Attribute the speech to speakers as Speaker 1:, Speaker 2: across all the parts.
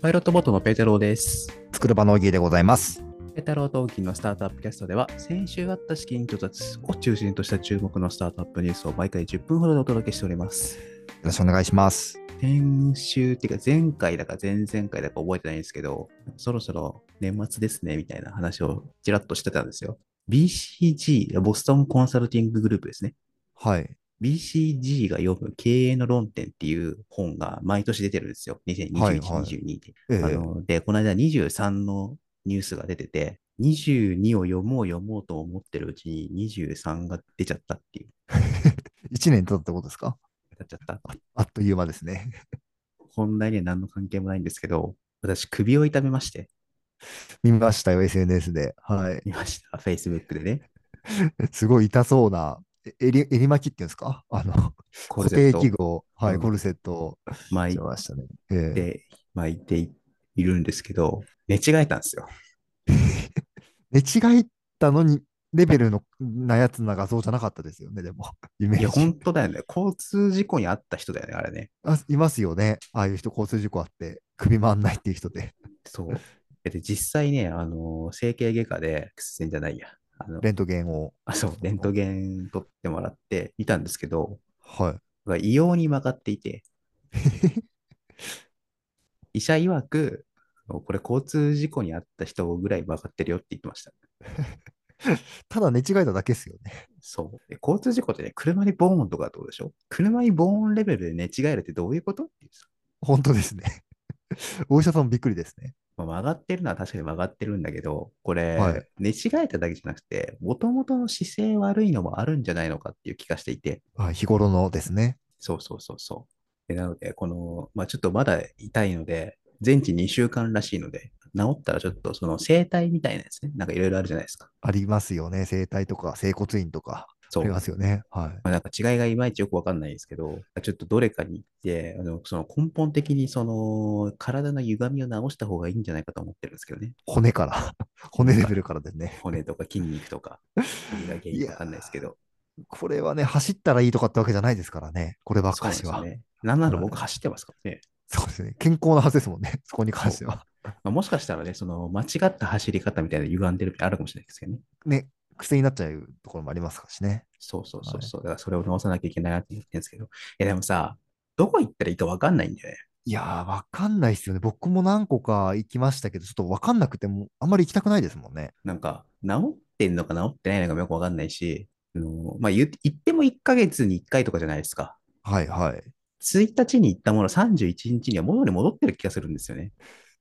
Speaker 1: パイロットボートのペータローです。
Speaker 2: 作る場のおぎでございます。
Speaker 1: ペータローとオーギーのスタートアップキャストでは、先週あった資金調達を中心とした注目のスタートアップニュースを毎回10分ほどでお届けしております。
Speaker 2: よろしくお願いします。
Speaker 1: 先週っていうか、前回だか前々回だか覚えてないんですけど、そろそろ年末ですねみたいな話をちらっとしてたんですよ。BCG、ボストンコンサルティンググループですね。
Speaker 2: はい。
Speaker 1: BCG が読む経営の論点っていう本が毎年出てるんですよ。2021、
Speaker 2: はいはい
Speaker 1: 22で。
Speaker 2: ええ
Speaker 1: あ ので、この間23のニュースが出てて、22を読もう読もうと思ってるうちに23が出ちゃったっていう。
Speaker 2: 1年経ったってことですか
Speaker 1: 出ちゃった。
Speaker 2: あっという間ですね。
Speaker 1: 本題には何の関係もないんですけど、私首を痛めまして、
Speaker 2: 見ましたよ、SNS で。はい。
Speaker 1: 見ました。Facebook でね。
Speaker 2: すごい痛そうな、え襟襟巻きっていうんですかあの、
Speaker 1: コル
Speaker 2: 固
Speaker 1: セッ
Speaker 2: 定
Speaker 1: トを
Speaker 2: 記号、は
Speaker 1: う
Speaker 2: い、
Speaker 1: ん
Speaker 2: コルセットを
Speaker 1: 巻
Speaker 2: し
Speaker 1: い
Speaker 2: てましたね。ええ
Speaker 1: て、巻いているんですけど、寝違えたんです よ。
Speaker 2: 寝違えたのに、レベルのなやつな画像じゃなかったですよね、でも。 イメ
Speaker 1: いや、
Speaker 2: ー
Speaker 1: 本
Speaker 2: ジ。
Speaker 1: 当だよね。交通事故に遭った人だよね、あれね。
Speaker 2: あいますよね。ああいう人、交通事故あって、首回んないっていう人で、
Speaker 1: そう。で、実際ね、あの、整形外科で、X 線じゃないや。あの、
Speaker 2: レントゲンを。
Speaker 1: あそう、レントゲン撮ってもらって見たんですけど、
Speaker 2: はい。
Speaker 1: 異様に曲がっていて、医者曰く、これ交通事故に遭った人ぐらい曲がってるよって言ってました。
Speaker 2: ただ寝違えただけですよね。
Speaker 1: そう。で交通事故ってね、車にボーンとかどうでしょ車にボーンレベルで寝違えるってどういうことっていうさ
Speaker 2: 本当ですね。 お医者さんもびっくりですね。
Speaker 1: まあ、曲がってるのは確かに曲がってるんだけど、これ、
Speaker 2: はい
Speaker 1: 寝違えただけじゃなくて、もともとの姿勢悪いのもあるんじゃないのかっていう気がしていて、
Speaker 2: はい、日頃のですね。
Speaker 1: そうそうそうそう。でなので、この、まあ、ちょっとまだ痛いので、全治2週間らしいので、治ったらちょっとその整体みたいなやつね、なんかいろいろあるじゃないですか。
Speaker 2: ありますよね。整体とか、整骨院とか、
Speaker 1: そ
Speaker 2: あ
Speaker 1: う。
Speaker 2: り
Speaker 1: ま
Speaker 2: ますよね。はい。
Speaker 1: あ、なんか違いがいまいちよくわかんないですけど、ちょっとどれかに行って、あのその根本的にその体の歪みを治した方がいいんじゃないかと思ってるんですけどね。
Speaker 2: 骨から、 骨レベルからですね。
Speaker 1: 骨とか筋肉と か、何が原因かわかんないですけど。
Speaker 2: これはね、走ったらいいとかってわけじゃないですからね。こればっ
Speaker 1: そう
Speaker 2: か
Speaker 1: なんで
Speaker 2: し
Speaker 1: すよ
Speaker 2: は。
Speaker 1: ね。なんなら僕
Speaker 2: はい
Speaker 1: 走ってますからね。
Speaker 2: そうですね。健康なはずですもんね。そこに関しては。
Speaker 1: まあ、もしかしたらね、その間違った走り方みたいな歪んでるってあるかもしれないですけどね。
Speaker 2: ね、癖になっちゃうところもありますしね。
Speaker 1: そうそう
Speaker 2: はい
Speaker 1: そうそう。だからそれを直さなきゃいけないなって言ってるんですけど。いやでもさ、どこ行ったらいいか分かんないんだよね。
Speaker 2: いやー、わかんないですよね。僕も何個か行きましたけど、ちょっとわかんなくても、あんまり行きたくないですもんね。
Speaker 1: なんか、治ってんのか治ってないのかもよく分かんないし、あのまあ、言う言っても1ヶ月に1回とかじゃないですか。
Speaker 2: はいはい。
Speaker 1: 1日に行ったもの31日には元に戻ってる気がするんですよね。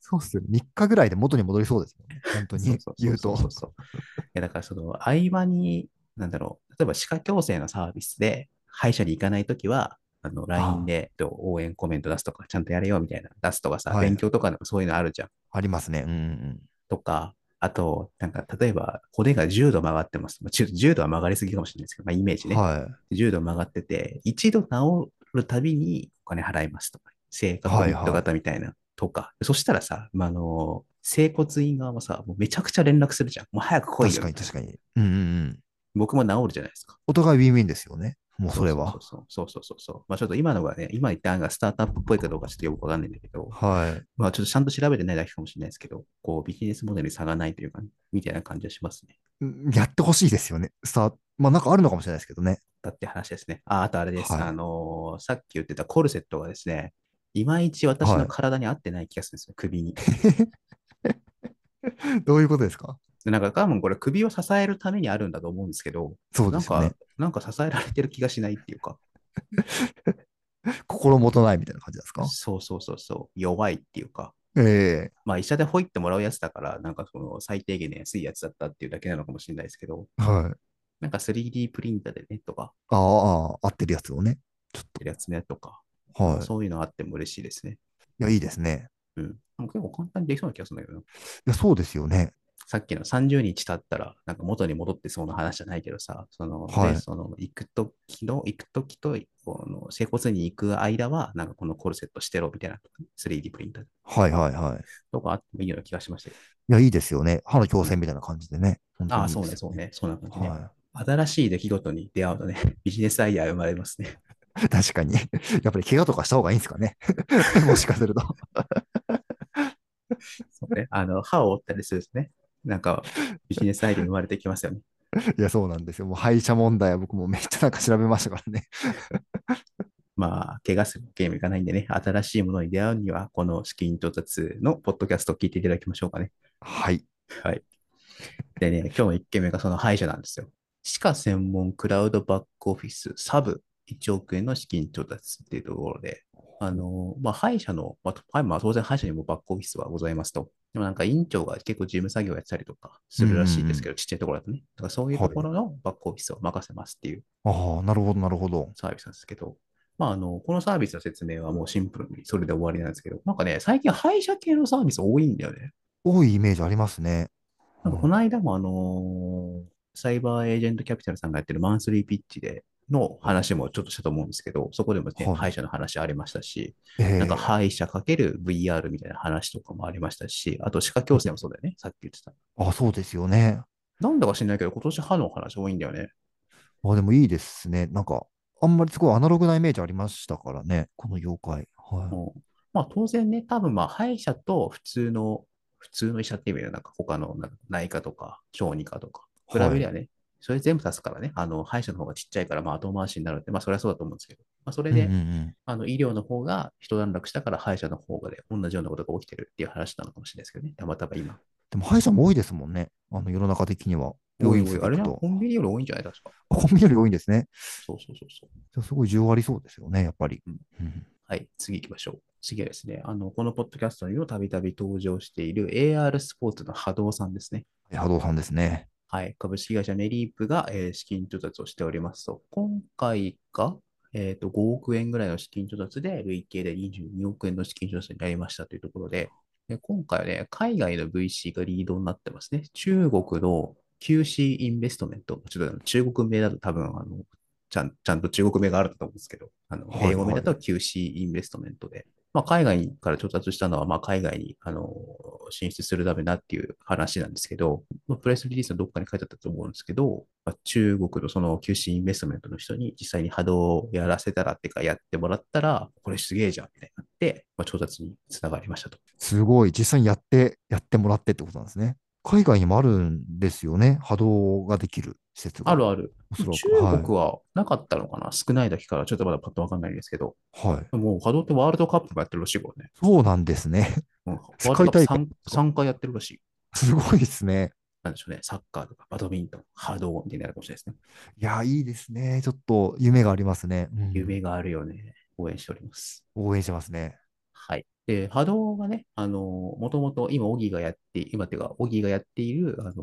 Speaker 2: そうっすよね。3日ぐらいで元に戻りそうですもんね。本当に
Speaker 1: そうそう
Speaker 2: 言う
Speaker 1: そ
Speaker 2: と
Speaker 1: う。そうそうそう。いやだからその合間に、なんだろう、例えば歯科矯正のサービスで歯医者に行かないときは、あの LINE でえっと応援コメント出すとか、ちゃんとやれよみたいな、出すとかさ、
Speaker 2: はい
Speaker 1: 勉強とかでもそういうのあるじゃん。
Speaker 2: ありますね。うんうんうん。
Speaker 1: とか、あと、なんか、例えば、骨が10度曲がってます。まあちゅ10度は曲がりすぎかもしれないですけど、まあ、イメージね。
Speaker 2: はい。
Speaker 1: 10度曲がってて、一度治るたびにお金払いますとか、正確
Speaker 2: は
Speaker 1: ビ
Speaker 2: い
Speaker 1: ッ
Speaker 2: はい
Speaker 1: ト型みたいな、とか。そしたらさ、まあ、あの、整骨院側もさ、もうめちゃくちゃ連絡するじゃん。もう早く来いよ。
Speaker 2: 確かに確かに。うんうんうん。
Speaker 1: 僕も治るじゃないですか。
Speaker 2: お互いウィンウィンですよね。もうそれは。
Speaker 1: そうそうそうそうそうそう。まあちょっと今のがね、今言った案がスタートアップっぽいかどうかちょっとよくわかんないんだけど、
Speaker 2: はい。
Speaker 1: まあちょっとちゃんと調べてないだけかもしれないですけど、こうビジネスモデルに差がないというか、みたいな感じはしますね。
Speaker 2: うんやってほしいですよね。さあ、まあなんかあるのかもしれないですけどね。
Speaker 1: だって話ですね。あ、あとあれです。
Speaker 2: はい
Speaker 1: あのーさっき言ってたコルセットがですね、いまいち私の体に合ってない気がするんですよ、首に。
Speaker 2: どういうことですか
Speaker 1: なんか、多分これ首を支えるためにあるんだと思うんですけど、
Speaker 2: そう
Speaker 1: なん
Speaker 2: ですよ
Speaker 1: か
Speaker 2: ね。、
Speaker 1: なんか支えられてる気がしないっていうか、
Speaker 2: 心もとないみたいな感じなんですか
Speaker 1: そうそうそうそう、弱いっていうか、
Speaker 2: ええ
Speaker 1: まあ医者でほいってもらうやつだから、なんかその最低限の安いやつだったっていうだけなのかもしれないですけど、
Speaker 2: はい。
Speaker 1: なんか 3D プリンターでねとか、
Speaker 2: ああ、ああ合ってるやつをね。ちょっ
Speaker 1: やつねとか、
Speaker 2: と。はい。い
Speaker 1: そういうのあっても嬉しいですね。
Speaker 2: や、いいですね。
Speaker 1: うん。なんか結構簡単にできそうな気がするんだけどな。
Speaker 2: いや、そうですよね。
Speaker 1: さっきの30日経ったら、なんか元に戻ってそうな話じゃないけどさ、その、
Speaker 2: はい
Speaker 1: でその行くときの、行くときと、この、整骨に行く間は、なんかこのコルセットしてろみたいな、3D プリンター
Speaker 2: はいはいはい。
Speaker 1: とかあってもいいような気がしましたよ。
Speaker 2: いや、いいですよね。歯の矯正みたいな感じでね。本当
Speaker 1: あ
Speaker 2: に
Speaker 1: あ、
Speaker 2: いい
Speaker 1: そう
Speaker 2: で
Speaker 1: ね、
Speaker 2: すよ
Speaker 1: そうね、そうな感じね。
Speaker 2: はい。
Speaker 1: 新しい出来事に出会うとね、 ビジネスアイデアが生まれますね。
Speaker 2: 確かに。やっぱり怪我とかした方がいいんですかね。もしかすると。
Speaker 1: もんね。あの、歯を折ったりするんですね。なんか、ビジネスアイデア生まれてきますよね。
Speaker 2: いや、そうなんですよ。もう歯医者問題は僕もめっちゃなんか調べましたからね。
Speaker 1: まあ、怪我するゲームいかないんでね、新しいものに出会うには、この資金到達のポッドキャストを聞いていただきましょうかね。
Speaker 2: はい。
Speaker 1: はい。でね、今日の1件目がその歯医者なんですよ。歯科専門クラウドバックオフィスサブ1億円の資金調達っていうところで、あの、まあ、歯医者の、まあとはいまあ、当然歯医者にもバックオフィスはございますと。でもなんか委員長が結構事務作業をやってたりとかするらしいですけど、ちっちゃいところだとね。だからそういうところのバックオフィスを任せますっていう
Speaker 2: ああ、なるほど、なるほど。
Speaker 1: サービスなんですけど、まあ、あの、このサービスの説明はもうシンプルにそれで終わりなんですけど、なんかね、最近歯医者系のサービス多いんだよね。
Speaker 2: 多いイメージありますね。
Speaker 1: なんかこの間もあのーサイバーエージェントキャピタルさんがやってるマンスリーピッチでの話もちょっとしたと思うんですけど、そこでもね、
Speaker 2: はい
Speaker 1: 歯医者の話ありましたし、
Speaker 2: え
Speaker 1: なん
Speaker 2: ー
Speaker 1: か歯医者かける VR みたいな話とかもありましたし、あと歯科矯正もそうだよね、さっき言ってた。
Speaker 2: あ、そうですよね。
Speaker 1: なんだか知んないけど、今年歯の話多いんだよね。
Speaker 2: あ、でもいいですね。なんか、あんまりすごいアナログなイメージありましたからね。この業界。は
Speaker 1: うんまあ当然ね、多分まあ歯医者と普通の、普通の医者っていう意味では、なんか他のなんか内科とか小児科とか、比べりゃね、それ全部足すからね、あの歯医者の方がちっちゃいからまあ後回しになるって、まあそれはそうだと思うんですけど、まあそれ
Speaker 2: い。
Speaker 1: で、
Speaker 2: うんうんうん
Speaker 1: あの医療の方が一段落したから歯医者の方がで同じようなことが起きてるっていう話なのかもしれないですけどね、たまたま今。
Speaker 2: でも歯医者も多いですもんね。あの世の中的には。
Speaker 1: おいお
Speaker 2: 病院
Speaker 1: い、
Speaker 2: 数
Speaker 1: あれ
Speaker 2: でい
Speaker 1: な、
Speaker 2: くと
Speaker 1: コンビニより多いんじゃない確か。
Speaker 2: あコンビニより多いんですね。
Speaker 1: そうそうそうそう。
Speaker 2: じゃあすごい需要ありそうですよね、やっぱり。
Speaker 1: うん
Speaker 2: うん
Speaker 1: はい、次行きましょう。次はですね、あのこのポッドキャストにもたびたび登場している AR スポーツの波動さんですね。
Speaker 2: 波動さんですね。
Speaker 1: はい、株式会社メリープが、えー資金調達をしておりますと、今回が、えー、と5億円ぐらいの資金調達で、累計で22億円の資金調達になりましたというところで、で今回はね、海外の VC がリードになってますね。中国の QC インベストメント、ちょっとあの中国名だと多分あのちゃん、ちゃんと中国名があると思うんですけど、あの
Speaker 2: はいはい
Speaker 1: 英語名だと QC インベストメントで、まあ、海外から調達したのは、まあ、海外にあの進出するためだっていう話なんですけど、まあ、プレスリリースのどっかに書いてあったと思うんですけど、まあ、中国のその QC インベストメントの人に実際に波動をやらせたらっていうか、やってもらったら、これすげえじゃんみたいになって、まあ、調達につながりましたと。
Speaker 2: すごい。実際にやって、やってもらってってことなんですね。海外にもあるんですよね。波動ができる施設が。
Speaker 1: あるある。
Speaker 2: おそらく。
Speaker 1: 中
Speaker 2: は
Speaker 1: 国はなかったのかな、少ないだけから、ちょっとまだパッとわかんないですけど、
Speaker 2: い。はい。
Speaker 1: もう波動ってワールドカップもやってるらしいからね。
Speaker 2: そうなんですね。
Speaker 1: うん、
Speaker 2: 世
Speaker 1: ワール
Speaker 2: 界
Speaker 1: ドカッ
Speaker 2: 大会
Speaker 1: プ 3, 三回やってるらしい。
Speaker 2: すごいですね。
Speaker 1: なんでしょうね、サッカーとかバドミントン、波動みたいになるかもしれないですね。
Speaker 2: いや、いいですね。ちょっと夢がありますね。うん
Speaker 1: 夢があるよね。応援しております。
Speaker 2: 応援しますね。
Speaker 1: はい。で、波動がね、あのもともと今、オギがやって、今っていうか、オギがやっている、あの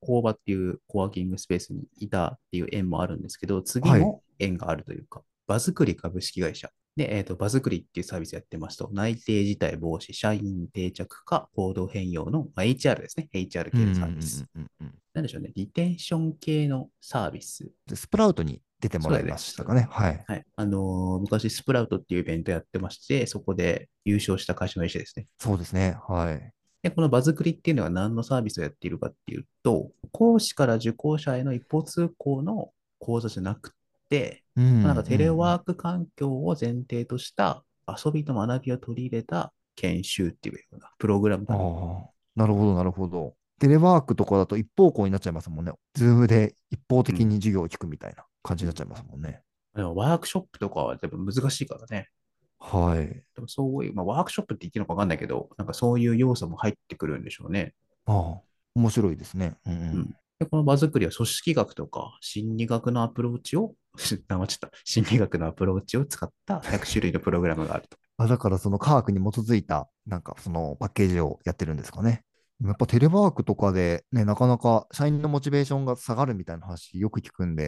Speaker 1: 工場っていうコワーキングスペースにいたっていう縁もあるんですけど、次
Speaker 2: はい
Speaker 1: も縁があるというか、場作り株式会社。で、えっ、と、場作りっていうサービスやってますと、内定辞退防止、社員定着化、行動変容の、まあ、HR ですね。HR 系のサービス。
Speaker 2: うんうんうんうん
Speaker 1: なんでしょうね。リテンション系のサービス
Speaker 2: でスプラウトに出てもらいましたかね。はい。
Speaker 1: はい。あのー昔、スプラウトっていうイベントやってまして、そこで優勝した会社の一社ですね。
Speaker 2: そうですね。はい。
Speaker 1: で、この場作りっていうのは何のサービスをやっているかっていうと、講師から受講者への一方通行の講座じゃなくて、
Speaker 2: うん
Speaker 1: まあなんかテレワーク環境を前提とした遊びと学びを取り入れた研修っていうようなプログラム
Speaker 2: うん
Speaker 1: だと
Speaker 2: ああ、なるほど、なるほど。テレワークとかだと一方向になっちゃいますもんね。ズームで一方的に授業を聞くみたいな感じになっちゃいますもんね。
Speaker 1: でもワークショップとかはやっぱ難しいからね。
Speaker 2: はい。
Speaker 1: でもそういう、まあ、ワークショップって言ってるのか分かんないけど、なんかそういう要素も入ってくるんでしょうね。
Speaker 2: ああ、面白いですね。うんうん
Speaker 1: うんで、この場作りは組織学とか心理学のアプローチを、 黙っちゃった。心理学のアプローチを使った100種類のプログラムがあると。
Speaker 2: あ、だからその科学に基づいた、なんかそのパッケージをやってるんですかね。やっぱテレワークとかでね、なかなか社員のモチベーションが下がるみたいな話よく聞くんで、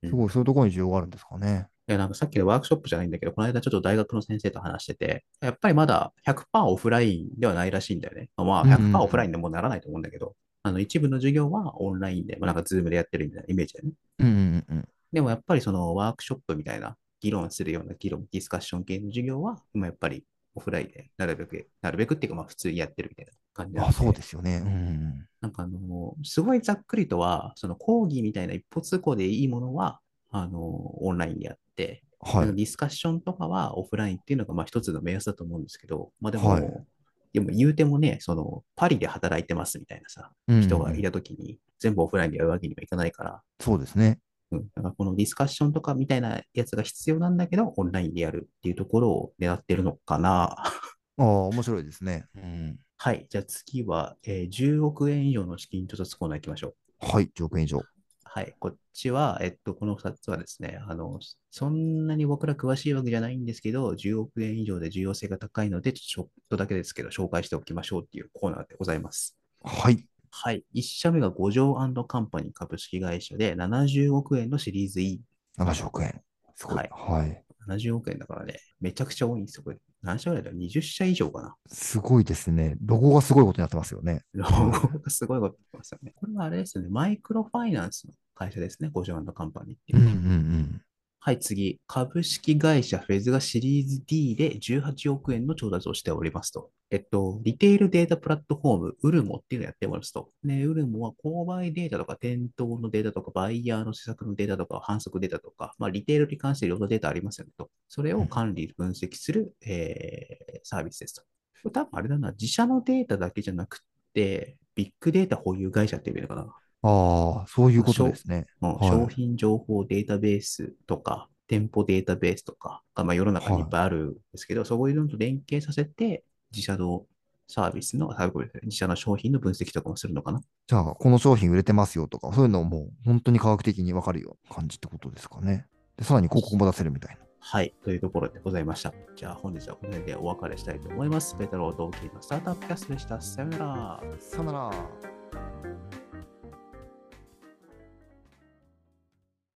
Speaker 1: うん
Speaker 2: すごいそういうところに需要があるんですかね。
Speaker 1: いや、なんかさっきのワークショップじゃないんだけど、この間ちょっと大学の先生と話してて、やっぱりまだ100%オフラインではないらしいんだよね。まあ
Speaker 2: うんうん
Speaker 1: 100%オフラインでもうならないと思うんだけど、あの一部の授業はオンラインで、まあ、なんかズームでやってるみたいなイメージだよね。
Speaker 2: うんうんうんうん。
Speaker 1: でもやっぱりそのワークショップみたいな議論するような議論、ディスカッション系の授業は、まあやっぱりオフラインでなるべく、なるべくっていうかまあ普通にやってるみたいな感じな
Speaker 2: あ、そう
Speaker 1: で
Speaker 2: ですよね。うんうん
Speaker 1: なんかあの、すごいざっくりとは、その講義みたいな一歩通行でいいものは、あの、オンラインでやって、
Speaker 2: うん。は
Speaker 1: なんか
Speaker 2: い。
Speaker 1: ディスカッションとかはオフラインっていうのが、まあ一つの目安だと思うんですけど、まあでも、
Speaker 2: はい
Speaker 1: でも言うてもね、その、パリで働いてますみたいなさ、
Speaker 2: うん
Speaker 1: 人がいたときに、全部オフラインでやるわけにはいかないから、
Speaker 2: そうですね。
Speaker 1: うん、だからこのディスカッションとかみたいなやつが必要なんだけど、オンラインでやるっていうところを狙ってるのかな。
Speaker 2: ああ、面白いですね。うん。
Speaker 1: はい。じゃあ次は、えー10億円以上の資金調達コーナー行きましょう。
Speaker 2: はい、10億円以上。
Speaker 1: はい。こっちは、えっと、この2つはですね、あの、そんなに僕ら詳しいわけじゃないんですけど、10億円以上で重要性が高いので、ちょっとだけですけど、紹介しておきましょうっていうコーナーでございます。
Speaker 2: はい。
Speaker 1: はい。1社目が五条カンパニー株式会社で70億円のシリーズ E。
Speaker 2: 70億円。すごい。
Speaker 1: はい
Speaker 2: はい。
Speaker 1: 70億円だからね、めちゃくちゃ多いんですよ、これ。何社ぐらいだろう ?20 社以上か な。
Speaker 2: すごいですね。ロゴがすごいことになってますよね。
Speaker 1: ロゴがすごいことになってますよね。これはあれですよね、マイクロファイナンスの会社ですね、五条カンパニーっていうう。
Speaker 2: んうんうん。
Speaker 1: はい、次。株式会社フェズがシリーズ D で18億円の調達をしておりますと。えっと、リテールデータプラットフォーム、ウルモっていうのをやっておりますと。ね、ウルモは購買データとか、店頭のデータとか、バイヤーの施策のデータとか、販促データとか、まあ、リテールに関していろんなデータありますよねと。それを管理、分析する、えーサービスですと。これ多分あれだな、自社のデータだけじゃなくて、ビッグデータ保有会社っていうのかな。
Speaker 2: ああ、そういうことですね。
Speaker 1: うん
Speaker 2: はい
Speaker 1: 商品情報データベースとか、店舗データベースとかが、まあ、世の中にいっぱいあるんですけど、そういうのと連携させて、自社のサービスの、サービスごめんなさい自社の商品の分析とかもするのかな。
Speaker 2: じゃあ、この商品売れてますよとか、そういうのをもう本当に科学的に分かるような感じってことですかね。で、さらに広告も出せるみたいな。
Speaker 1: はい、というところでございました。じゃあ本日はこの辺でお別れしたいと思います。ベタロー同期のスタートアップキャストでした。さようなら。
Speaker 2: さよなら。